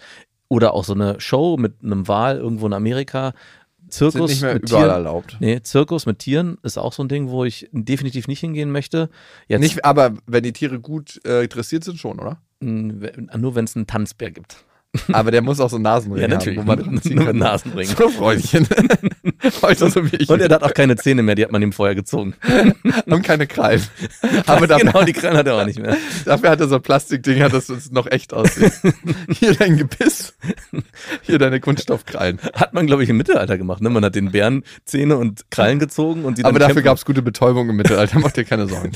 oder auch so eine Show mit einem Wal irgendwo in Amerika. Sind Zirkus nicht mehr mit überall Tieren. erlaubt. Nee, Zirkus mit Tieren ist auch so ein Ding, wo ich definitiv nicht hingehen möchte. Jetzt Nicht, aber wenn die Tiere gut äh, dressiert sind, schon, oder? mh, we- nur wenn es einen Tanzbär gibt. Aber der muss auch so einen Nasenring Ja, haben, natürlich, wo man nur- dran ziehen nur kann. mit Nasenring. So, Freundchen. Heute so wie ich. Und er hat auch keine Zähne mehr, die hat man ihm vorher gezogen. haben keine Krallen. Aber dafür, genau, die Krallen hat er auch nicht mehr. dafür hat er so ein Plastikdinger, dass es noch echt aussieht. Hier dein Gebiss. Hier deine Kunststoffkrallen. Hat man, glaube ich, im Mittelalter gemacht. Ne? Man hat den Bären Zähne und Krallen gezogen und die Aber dann dafür kämpfen- gab es gute Betäubung im Mittelalter, mach dir keine Sorgen.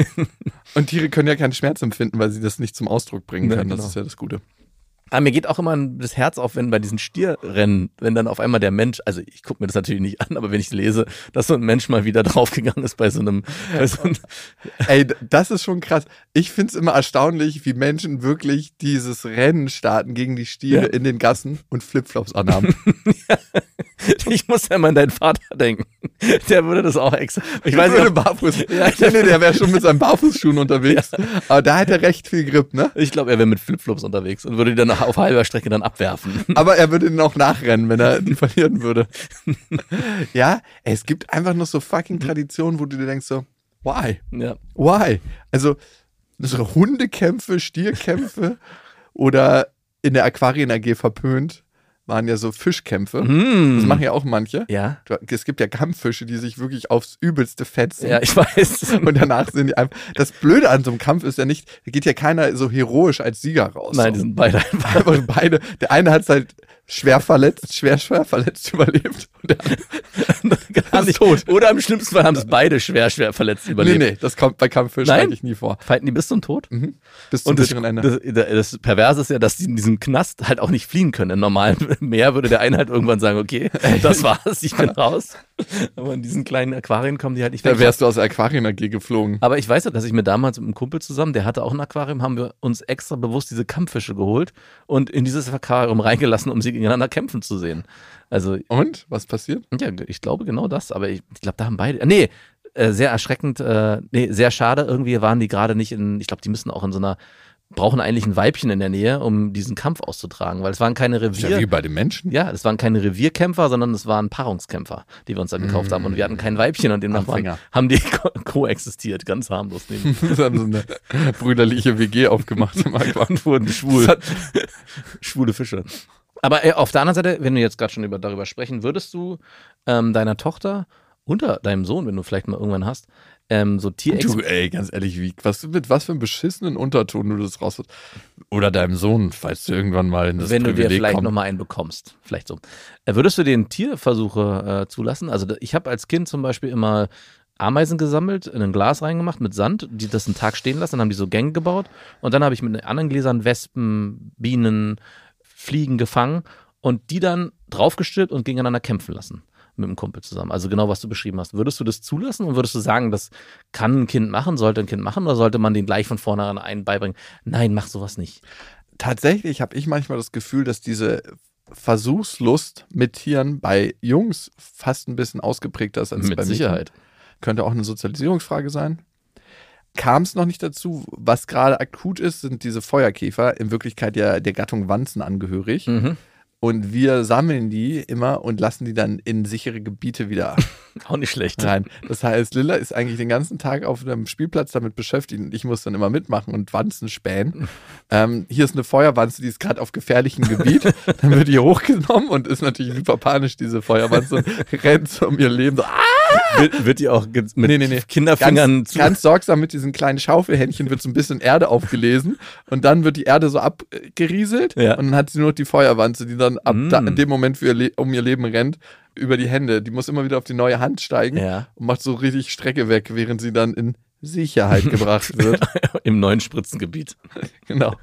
Und Tiere können ja keinen Schmerz empfinden, weil sie das nicht zum Ausdruck bringen Ja, können. genau. Das ist ja das Gute. Aber Ah, mir geht auch immer das Herz auf, wenn bei diesen Stierrennen, wenn dann auf einmal der Mensch, also ich gucke mir das natürlich nicht an, aber wenn ich lese, dass so ein Mensch mal wieder draufgegangen ist bei so einem, bei so einem Ey, d- das ist schon krass. Ich find's immer erstaunlich, wie Menschen wirklich dieses Rennen starten gegen die Stiere Ja. in den Gassen und Flipflops anhaben. ich muss ja mal an deinen Vater denken. Der würde das auch extra. Ich Ich weiß weiß nicht, würde ob, barfuß. ich finde, der wäre schon mit seinen Barfußschuhen unterwegs. Aber da hätte er recht viel Grip, ne? ich glaube, er wäre mit Flipflops unterwegs und würde die dann auf halber Strecke dann abwerfen. Aber er würde den auch nachrennen, wenn er die verlieren würde. ja, ey, es gibt einfach noch so fucking Traditionen, wo du dir denkst so, why? Ja. Why? Also, so Hundekämpfe, Stierkämpfe oder in der Aquarien AG verpönt waren ja so Fischkämpfe. Das machen Mhm. ja auch manche. Ja. Du- Es gibt ja Kampffische, die sich wirklich aufs Übelste fetzen. Ja, ich weiß. Und danach sind die einfach. Das Blöde an so einem Kampf ist ja nicht, da geht ja keiner so heroisch als Sieger raus. Nein, die so. sind beide einfach. Einfach beide. Der eine hat es halt schwer verletzt, schwer, schwer verletzt überlebt. Und der andere, Gar nicht. tot. Oder im schlimmsten Fall haben es beide schwer, schwer verletzt nee, überlebt. nee, Mhm. das kommt bei Kampffischen Nein? eigentlich nie vor. Fighten die bis zum Tod? Bis zum Und das, bitteren Ende. das, das Perverse ist ja, dass die in diesem Knast halt auch nicht fliehen können. Im normalen Meer würde der eine halt irgendwann sagen, okay, das war's, ich bin raus. Aber in diesen kleinen Aquarien kommen die halt nicht da weg. wärst du aus der Aquarien AG geflogen. Aber ich weiß ja, dass ich mir damals mit einem Kumpel zusammen, der hatte auch ein Aquarium, haben wir uns extra bewusst diese Kampffische geholt und in dieses Aquarium reingelassen, um sie gegeneinander kämpfen zu sehen. Also Und? Was passiert? ja, ich glaube genau das, aber ich, ich glaube, da haben beide. Nee, äh, sehr erschreckend, äh, nee, sehr schade. Irgendwie waren die gerade nicht in, ich glaube, die müssen auch in so einer, brauchen eigentlich ein Weibchen in der Nähe, um diesen Kampf auszutragen, weil es waren keine Das ist ja wie Revier. bei den Menschen. Ja, es waren keine Revierkämpfer, sondern es waren Paarungskämpfer, die wir uns da gekauft haben. Und wir hatten kein Weibchen und demnach waren, Mm. Anfänger. haben die ko- koexistiert, ganz harmlos neben Das haben so eine brüderliche WG aufgemacht im Aquarium. und wurden schwul. Schwule Fische. Aber äh, auf der anderen Seite, wenn wir jetzt gerade schon über, darüber sprechen, würdest du ähm, deiner Tochter unter deinem Sohn, wenn du vielleicht mal irgendwann hast, ähm, so Tier Du, ey, ganz ehrlich, wie, was, mit was für einem beschissenen Unterton du das raus Oder deinem Sohn, falls du irgendwann mal in das wenn du dir Privileg vielleicht kommst. nochmal einen bekommst. Vielleicht so. Äh, Würdest du den Tierversuche äh, zulassen? Also da- ich habe als Kind zum Beispiel immer Ameisen gesammelt, in ein Glas reingemacht mit Sand, die das einen Tag stehen lassen, dann haben die so Gänge gebaut und dann habe ich mit anderen Gläsern Wespen, Bienen, Fliegen gefangen und die dann draufgestülpt und gegeneinander kämpfen lassen. Mit einem Kumpel zusammen. Also genau, was du beschrieben hast. Würdest du das zulassen und würdest du sagen, das kann ein Kind machen, sollte ein Kind machen oder sollte man den gleich von vornherein beibringen? Nein, mach sowas nicht. tatsächlich habe ich manchmal das Gefühl, dass diese Versuchslust mit Tieren bei Jungs fast ein bisschen ausgeprägter ist als bei Mädchen. Könnte auch eine Sozialisierungsfrage sein. Kam es noch nicht dazu. Was gerade akut ist, sind diese Feuerkäfer, in Wirklichkeit ja der Gattung Wanzen angehörig. Mhm. Und wir sammeln die immer und lassen die dann in sichere Gebiete wieder Auch nicht schlecht. rein. Das heißt, Lilla ist eigentlich den ganzen Tag auf einem Spielplatz damit beschäftigt und ich muss dann immer mitmachen und Wanzen spähen. Ähm, hier ist eine Feuerwanze, die ist gerade auf gefährlichem Gebiet. Dann wird die hochgenommen und ist natürlich super panisch, diese Feuerwanze, und rennt so um ihr Leben so, ah! Wird, wird die auch ge- mit Nee, nee, nee. Kinderfingern ganz, ganz sorgsam mit diesen kleinen Schaufelhändchen wird so ein bisschen Erde aufgelesen und dann wird die Erde so abgerieselt Ja. und dann hat sie nur noch die Feuerwanze, die dann ab Mm. da, in dem Moment für ihr Le um ihr Leben rennt, über die Hände. Die muss immer wieder auf die neue Hand steigen Ja. und macht so richtig Strecke weg, während sie dann in Sicherheit gebracht wird. im neuen Spritzengebiet. genau.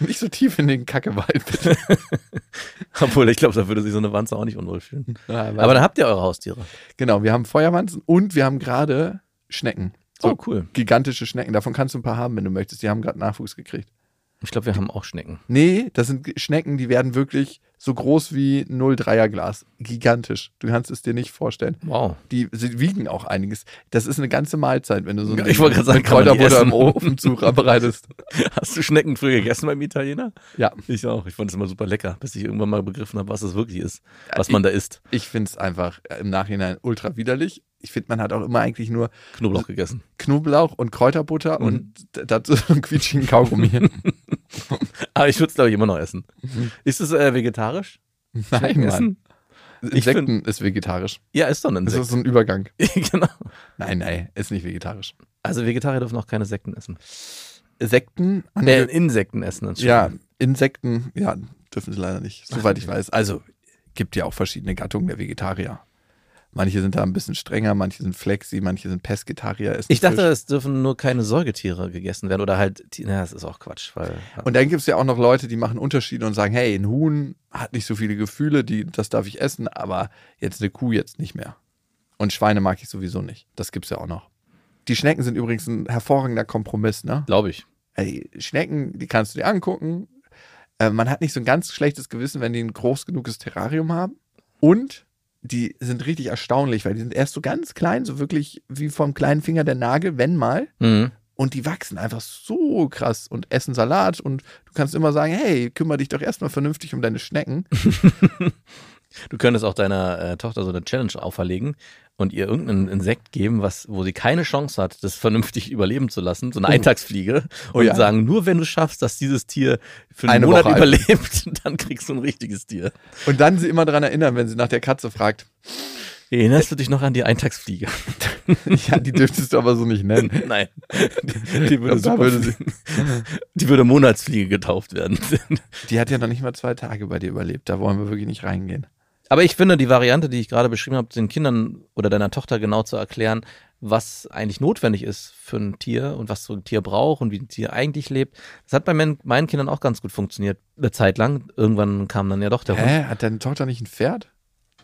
Nicht so tief in den Kackewald, bitte. Obwohl, ich glaube, da würde sich so eine Wanze auch nicht unwohl fühlen. Ja, aber- Aber dann habt ihr eure Haustiere. genau, wir haben Feuerwanzen und wir haben gerade Schnecken. So Oh, cool. gigantische Schnecken. Davon kannst du ein paar haben, wenn du möchtest. Die haben gerade Nachwuchs gekriegt. Ich glaube, wir haben auch Schnecken. Nee, das sind Schnecken, die werden wirklich so groß wie 0,3er Glas. Gigantisch. Du kannst es dir nicht vorstellen. Wow. Die sie wiegen auch einiges. Das ist eine ganze Mahlzeit, wenn du so Ja, ein ich wollte gerade sagen, mit kann man die Kräuterbutter essen? im Ofen zubereitest. Hast du Schnecken früher gegessen beim Italiener? Ja, Ich auch. Ich fand es immer super lecker, bis ich irgendwann mal begriffen habe, was das wirklich ist, was man da isst. ich finde es einfach äh, im Nachhinein ultra widerlich. Ich finde, man hat auch immer eigentlich nur Knoblauch gegessen. Knoblauch und Kräuterbutter Mhm. und d- dazu so einen quietschigen Kaugummi. Aber ich würde es, glaube ich, immer noch essen. Ist es äh, vegetarisch? Nein, Mann. Essen? Ich Insekten ist vegetarisch. Ja, ist doch ein Das ist Insekt. so ein Übergang. genau. Nein, nein, ist nicht vegetarisch. Also Vegetarier dürfen auch keine Sekten essen. Sekten, Äh, Insekten essen. Hm, Ja, Entschuldigung. Insekten, ja, dürfen sie leider nicht, soweit ich weiß. Also, gibt ja auch verschiedene Gattungen der Vegetarier. Manche sind da ein bisschen strenger, manche sind flexi, manche sind Pesketarier. essen Ich dachte, Fisch. es dürfen nur keine Säugetiere gegessen werden oder halt, Ti- na, das ist auch Quatsch, weil Und dann gibt es ja auch noch Leute, die machen Unterschiede und sagen, hey, ein Huhn hat nicht so viele Gefühle, die, das darf ich essen, aber jetzt eine Kuh jetzt nicht mehr. Und Schweine mag ich sowieso nicht. Das gibt es ja auch noch. Die Schnecken sind übrigens ein hervorragender Kompromiss, ne? glaube ich. Ey, Schnecken, die kannst du dir angucken. Äh, man hat nicht so ein ganz schlechtes Gewissen, wenn die ein groß genuges Terrarium haben. Und die sind richtig erstaunlich, weil die sind erst so ganz klein, so wirklich wie vom kleinen Finger der Nagel, wenn mal. Mhm. Und die wachsen einfach so krass und essen Salat. Und du kannst immer sagen, hey, kümmere dich doch erstmal vernünftig um deine Schnecken. Du könntest auch deiner äh, Tochter so eine Challenge auferlegen und ihr irgendein Insekt geben, was, wo sie keine Chance hat, das vernünftig überleben zu lassen, so eine Eintagsfliege, Oh und ja. sagen, nur wenn du schaffst, dass dieses Tier für einen Eine Monat Woche alt. überlebt, dann kriegst du ein richtiges Tier. Und dann sie immer daran erinnern, wenn sie nach der Katze fragt. Erinnerst du dich noch an die Eintagsfliege? ja, die dürftest du aber so nicht nennen. Nein. Die, die, würde, Ich glaub, super, da würde sie- die würde Monatsfliege getauft werden. Die hat ja noch nicht mal zwei Tage bei dir überlebt. Da wollen wir wirklich nicht reingehen. Aber ich finde, die Variante, die ich gerade beschrieben habe, den Kindern oder deiner Tochter genau zu erklären, was eigentlich notwendig ist für ein Tier und was so ein Tier braucht und wie ein Tier eigentlich lebt, das hat bei meinen, meinen Kindern auch ganz gut funktioniert. Eine Zeit lang. Irgendwann kam dann ja doch der Hund. Hä? Hat deine Tochter nicht ein Pferd?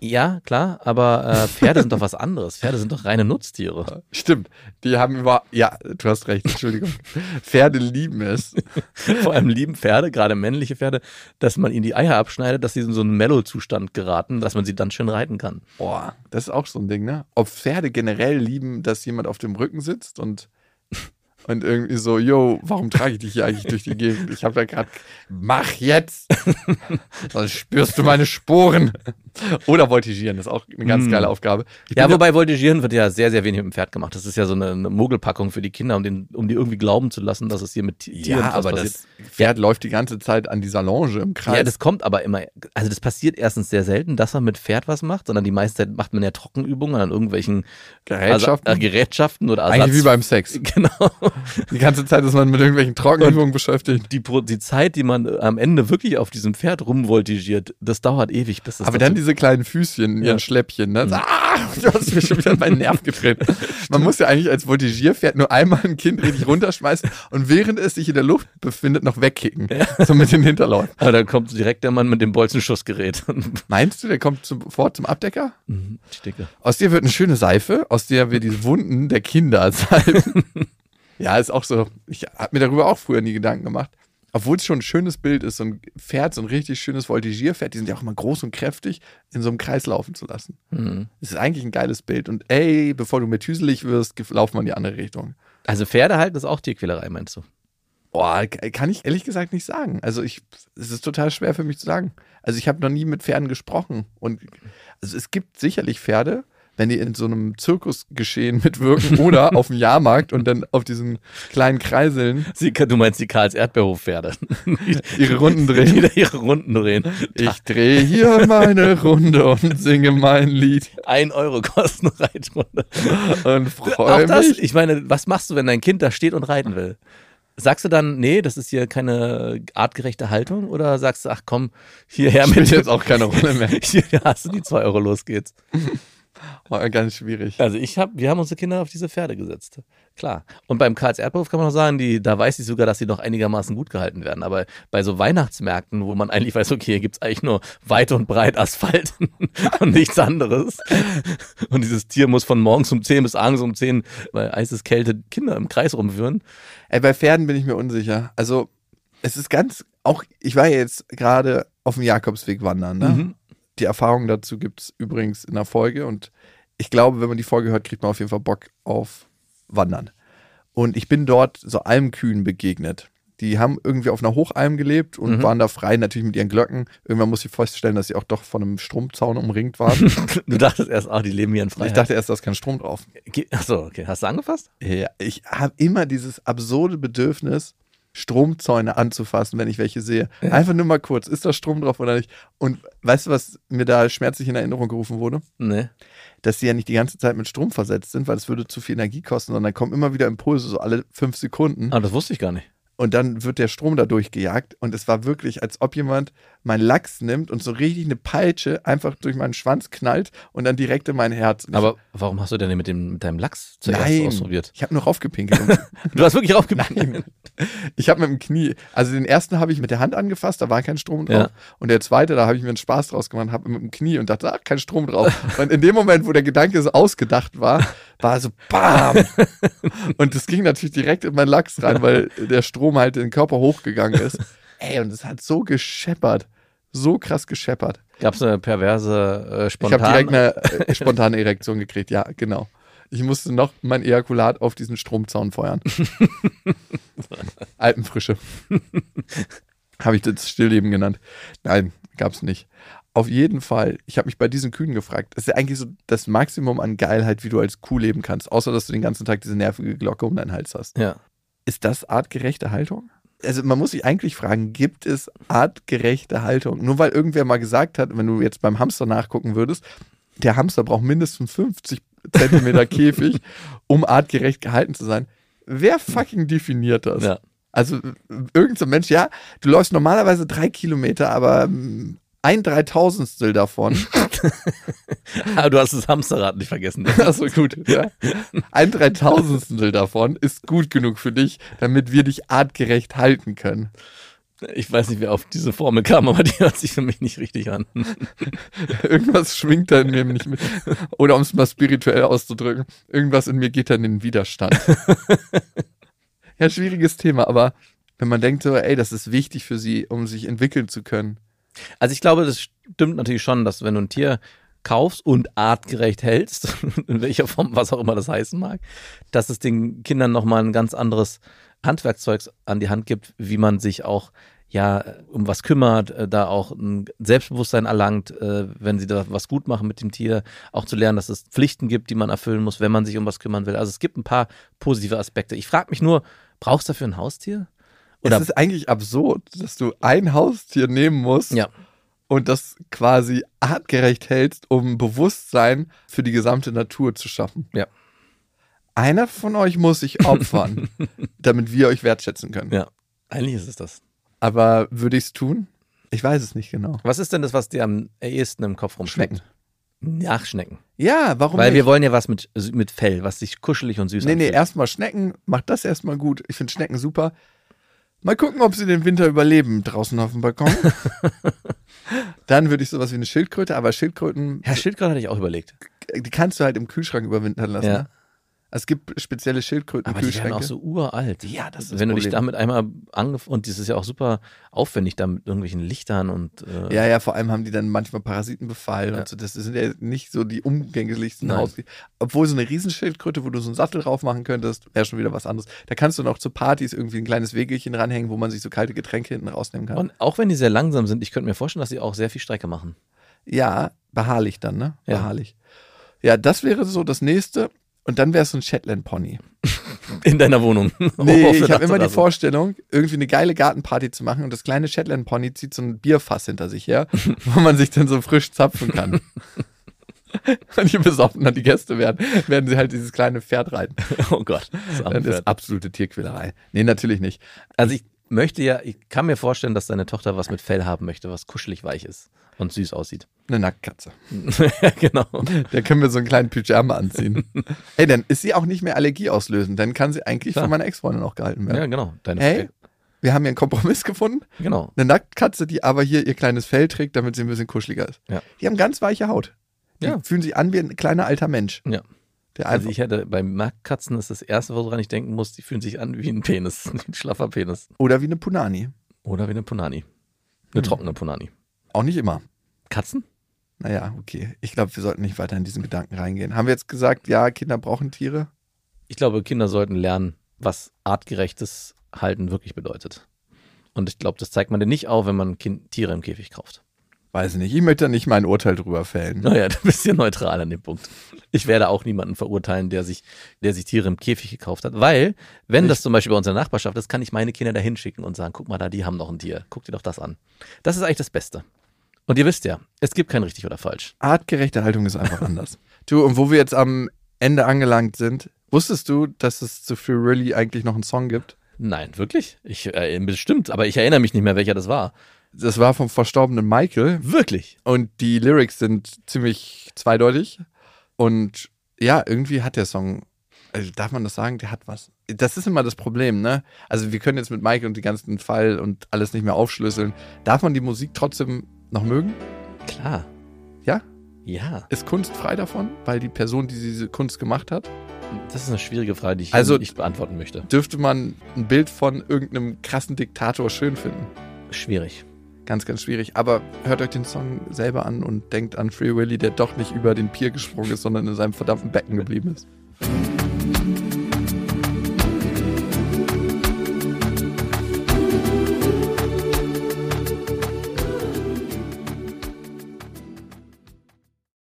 Ja, klar, aber äh, Pferde sind doch was anderes. Pferde sind doch reine Nutztiere. Stimmt, die haben über. Ja, du hast recht, Entschuldigung. Pferde lieben es. Vor allem lieben Pferde, gerade männliche Pferde, dass man ihnen die Eier abschneidet, dass sie in so einen Mellow-Zustand geraten, dass man sie dann schön reiten kann. Boah, das ist auch so ein Ding, ne? Ob Pferde generell lieben, dass jemand auf dem Rücken sitzt und, und irgendwie so, yo, warum trage ich dich hier eigentlich durch die Gegend? Ich habe da gerade. Mach jetzt! Sonst spürst du meine Sporen. Oder voltigieren, das ist auch eine ganz Mm. geile Aufgabe. Ich Ja, bin wobei Voltigieren wird ja sehr, sehr wenig mit dem Pferd gemacht. Das ist ja so eine, eine Mogelpackung für die Kinder, um, den, um die irgendwie glauben zu lassen, dass es hier mit Ti- Tieren Ja, was aber passiert. das Pferd läuft die ganze Zeit an dieser Longe im Kreis. ja, das kommt aber immer. Also das passiert erstens sehr selten, dass man mit Pferd was macht, sondern die meiste Zeit macht man ja Trockenübungen an irgendwelchen Gerätschaften. Asa- äh, Gerätschaften oder Ersatz. Eigentlich wie beim Sex. Genau. Die ganze Zeit ist man mit irgendwelchen Trockenübungen beschäftigt. Die, Pro- die Zeit, die man äh, am Ende wirklich auf diesem Pferd rumvoltigiert, das dauert ewig, bis das Aber dazu- dann diese kleinen Füßchen in ihren Ja. Mhm. Schläppchen, ne? So, Ah, du hast mir schon wieder meinen Nerv gedreht. Man muss ja eigentlich als Voltigierpferd nur einmal ein Kind richtig runterschmeißen und während es sich in der Luft befindet, noch wegkicken. So mit den Hinterläufen. aber dann kommt direkt der Mann mit dem Bolzenschussgerät. Meinst du, der kommt sofort zum Abdecker? ich denke, Aus dir wird eine schöne Seife, aus der wir die Wunden der Kinder salben. ja, ist auch so. Ich habe mir darüber auch früher nie Gedanken gemacht. Obwohl es schon ein schönes Bild ist, so ein Pferd, so ein richtig schönes Voltigierpferd, die sind ja auch immer groß und kräftig, in so einem Kreis laufen zu lassen. hm. Es ist eigentlich ein geiles Bild. Und ey, bevor du methüselig wirst, gef- lauf mal in die andere Richtung. Also Pferde halten ist auch Tierquälerei, meinst du? Boah, k- kann ich ehrlich gesagt nicht sagen. Also ich, es ist total schwer für mich zu sagen. Also ich habe noch nie mit Pferden gesprochen. Und also es gibt sicherlich Pferde, wenn die in so einem Zirkusgeschehen mitwirken oder auf dem Jahrmarkt und dann auf diesen kleinen Kreiseln Sie, du meinst die Karls Erdbeerhofpferde. ihre Runden drehen. Die da ihre Runden drehen. Ich drehe hier meine Runde und singe mein Lied Ein Euro kosten Reitrunde. und Auch freue das, mich. ich meine, was machst du, wenn dein Kind da steht und reiten will? Sagst du dann, nee, das ist hier keine artgerechte Haltung? Oder sagst du, ach komm, hierher Spielt mit jetzt auch keine Rolle mehr. Hier hast du die 2 Euro, los geht's. Oh, ganz schwierig. Also ich hab, wir haben unsere Kinder auf diese Pferde gesetzt. Klar. Und beim Karls Erdbeerhof kann man auch sagen, die, da weiß ich sogar, dass die noch einigermaßen gut gehalten werden. Aber bei so Weihnachtsmärkten, wo man eigentlich weiß, okay, hier gibt's eigentlich nur weit und breit Asphalt und nichts anderes. Und dieses Tier muss von morgens um 10 bis abends um 10 bei Eiseskälte Kinder im Kreis rumführen. Ey, bei Pferden bin ich mir unsicher. Also, es ist ganz, auch, ich war ja jetzt gerade auf dem Jakobsweg wandern. Ne? Mhm. Die Erfahrung dazu gibt es übrigens in der Folge und ich glaube, wenn man die Folge hört, kriegt man auf jeden Fall Bock auf Wandern. Und ich bin dort so Almkühen begegnet. Die haben irgendwie auf einer Hochalm gelebt und Mhm. waren da frei, natürlich mit ihren Glöcken. Irgendwann muss ich feststellen, dass sie auch doch von einem Stromzaun umringt waren. Du dachtest erst, ach, die leben hier in Freiheit. ich dachte erst, da ist kein Strom drauf. Ge- ach so, okay. Hast du angefasst? Ja, ich habe immer dieses absurde Bedürfnis, Stromzäune anzufassen, wenn ich welche sehe. Einfach nur mal kurz, ist da Strom drauf oder nicht? Und weißt du, was mir da schmerzlich in Erinnerung gerufen wurde? Nee. Dass sie ja nicht die ganze Zeit mit Strom versetzt sind, weil es würde zu viel Energie kosten, sondern kommen immer wieder Impulse, so alle fünf Sekunden. Ah, das wusste ich gar nicht. Und dann wird der Strom da durchgejagt. Und es war wirklich, als ob jemand meinen Lachs nimmt und so richtig eine Peitsche einfach durch meinen Schwanz knallt und dann direkt in mein Herz. Und ich- Aber warum hast du denn mit, dem, mit deinem Lachs zuerst nein, ausprobiert? ich habe nur raufgepinkelt. Und Du hast wirklich aufgeblieben. Nein. Ich habe mit dem Knie, also den ersten habe ich mit der Hand angefasst, da war kein Strom drauf. Ja. Und der zweite, da habe ich mir einen Spaß draus gemacht, habe mit dem Knie und dachte, ach, kein Strom drauf. Und in dem Moment, wo der Gedanke so ausgedacht war, war so BAM! Und das ging natürlich direkt in meinen Lachs rein, weil der Strom halt in den Körper hochgegangen ist. Ey, und es hat so gescheppert. So krass gescheppert. Gab es eine perverse, äh, Ich habe spontan direkt eine äh, spontane Erektion gekriegt, ja, genau. Ich musste noch mein Ejakulat auf diesen Stromzaun feuern. Alpenfrische. habe ich das Stillleben genannt. Nein, gab's nicht. Auf jeden Fall, ich habe mich bei diesen Kühen gefragt. Das ist ja eigentlich so das Maximum an Geilheit, wie du als Kuh leben kannst, außer dass du den ganzen Tag diese nervige Glocke um deinen Hals hast. Ja. Ist das artgerechte Haltung? Also man muss sich eigentlich fragen, gibt es artgerechte Haltung? Nur weil irgendwer mal gesagt hat, wenn du jetzt beim Hamster nachgucken würdest, der Hamster braucht mindestens 50 Zentimeter Käfig, um artgerecht gehalten zu sein. Wer fucking definiert das? Ja. Also irgendein so ein Mensch, ja, du läufst normalerweise drei Kilometer, aber mm, ein Dreitausendstel davon, Aber Ah, du hast das Hamsterrad nicht vergessen. also gut, ja, ein Dreitausendstel davon ist gut genug für dich, damit wir dich artgerecht halten können. Ich weiß nicht, wer auf diese Formel kam, aber die hört sich für mich nicht richtig an. Irgendwas schwingt da in mir nicht mit. Oder um es mal spirituell auszudrücken, irgendwas in mir geht dann in den Widerstand. ja, schwieriges Thema, aber wenn man denkt so, ey, das ist wichtig für sie, um sich entwickeln zu können. Also ich glaube, das stimmt natürlich schon, dass wenn du ein Tier kaufst und artgerecht hältst, in welcher Form, was auch immer das heißen mag, dass es den Kindern nochmal ein ganz anderes Handwerkzeug an die Hand gibt, wie man sich auch ja um was kümmert, äh, da auch ein Selbstbewusstsein erlangt, äh, wenn sie da was gut machen mit dem Tier, auch zu lernen, dass es Pflichten gibt, die man erfüllen muss, wenn man sich um was kümmern will. Also es gibt ein paar positive Aspekte. Ich frage mich nur, brauchst du dafür ein Haustier? Oder es ist eigentlich absurd, dass du ein Haustier nehmen musst ja. und das quasi artgerecht hältst, um Bewusstsein für die gesamte Natur zu schaffen. Ja. Einer von euch muss sich opfern, damit wir euch wertschätzen können. Ja, eigentlich ist es das. Aber würde ich es tun? Ich weiß es nicht genau. Was ist denn das, was dir am ehesten im Kopf rumschmeckt? Ach, Schnecken. Ja, warum Weil nicht? wir wollen ja was mit, mit Fell, was sich kuschelig und süß Nee, nee, anfühlt. erstmal Schnecken, macht das erstmal gut. Ich finde Schnecken super. Mal gucken, ob sie den Winter überleben draußen auf dem Balkon. Dann würde ich sowas wie eine Schildkröte, aber Schildkröten, Herr Schildkröte hatte ich auch überlegt. die kannst du halt im Kühlschrank überwintern lassen. Ja. Ne? Es gibt spezielle Schildkröten Aber die werden auch so uralt. Ja, das ist das Wenn du dich Problem. damit einmal angef... Und das ist ja auch super aufwendig, da mit irgendwelchen Lichtern und... Äh, ja, ja, vor allem haben die dann manchmal Parasitenbefall Ja. und so. Das sind ja nicht so die umgänglichsten Nein. Haus. Obwohl so eine Riesenschildkröte, wo du so einen Sattel drauf machen könntest, wäre schon wieder was anderes. Da kannst du noch zu Partys irgendwie ein kleines Wegelchen ranhängen, wo man sich so kalte Getränke hinten rausnehmen kann. Und auch wenn die sehr langsam sind, ich könnte mir vorstellen, dass sie auch sehr viel Strecke machen. Ja, beharrlich dann, ne? Ja. Beharrlich. Ja, das wäre so das nächste. Und dann wäre es so ein Shetland-Pony. In deiner Wohnung. Nee, Auf der ich habe Dachterrasse. immer die Vorstellung, irgendwie eine geile Gartenparty zu machen und das kleine Shetland-Pony zieht so ein Bierfass hinter sich her, wo man sich dann so frisch zapfen kann. und je besoffener die Gäste werden, werden sie halt dieses kleine Pferd reiten. Oh Gott. das arme Das ist Pferd. absolute Tierquälerei. Nee, natürlich nicht. Also ich möchte ja, ich kann mir vorstellen, dass deine Tochter was mit Fell haben möchte, was kuschelig weich ist und süß aussieht. Eine Nacktkatze. genau. Da können wir so einen kleinen Pyjama anziehen. Ey, dann ist sie auch nicht mehr allergieauslösend. Dann kann sie eigentlich Klar. von meiner Ex-Freundin auch gehalten Ja, werden. genau. Deine Hey, wir haben hier einen Kompromiss gefunden. Genau. Eine Nacktkatze, die aber hier ihr kleines Fell trägt, damit sie ein bisschen kuscheliger ist. Ja. Die haben ganz weiche Haut. Die Ja. fühlen sich an wie ein kleiner alter Mensch. Ja. Der Also einfach, ich hätte bei Marktkatzen ist das erste, woran ich denken muss, die fühlen sich an wie ein Penis, wie ein schlaffer Penis oder wie eine Punani. oder wie eine Punani. Eine trockene Punani. Auch nicht immer. Katzen? Naja, okay. Ich glaube, wir sollten nicht weiter in diesen Gedanken reingehen. Haben wir jetzt gesagt, ja, Kinder brauchen Tiere? Ich glaube, Kinder sollten lernen, was artgerechtes Halten wirklich bedeutet. Und ich glaube, das zeigt man dir nicht auf, wenn man kind Tiere im Käfig kauft. Weiß ich nicht. Ich möchte da nicht mein Urteil drüber fällen. Naja, du bist ja neutral an dem Punkt. Ich werde auch niemanden verurteilen, der sich, der sich Tiere im Käfig gekauft hat. Weil, wenn das zum Beispiel bei unserer Nachbarschaft ist, kann ich meine Kinder da hinschicken und sagen, guck mal da, die haben noch ein Tier. Guck dir doch das an. Das ist eigentlich das Beste. Und ihr wisst ja, es gibt kein richtig oder falsch. Artgerechte Haltung ist einfach anders. Du, und wo wir jetzt am Ende angelangt sind, wusstest du, dass es zu Free Really eigentlich noch einen Song gibt? Nein, wirklich? Ich, äh, bestimmt, aber ich erinnere mich nicht mehr, welcher das war. Das war vom verstorbenen Michael Wirklich? und die Lyrics sind ziemlich zweideutig. Und ja, irgendwie hat der Song, also darf man das sagen, der hat was. Das ist immer das Problem, ne? Also wir können jetzt mit Michael und den ganzen Fall und alles nicht mehr aufschlüsseln. Darf man die Musik trotzdem noch mögen? Klar. Ja? Ja. Ist Kunst frei davon, weil die Person, die diese Kunst gemacht hat? Das ist eine schwierige Frage, die ich Also- nicht beantworten möchte. dürfte man ein Bild von irgendeinem krassen Diktator schön finden. Schwierig. Ganz, ganz schwierig. Aber hört euch den Song selber an und denkt an Free Willy, der doch nicht über den Pier gesprungen ist, sondern in seinem verdammten Becken geblieben ist.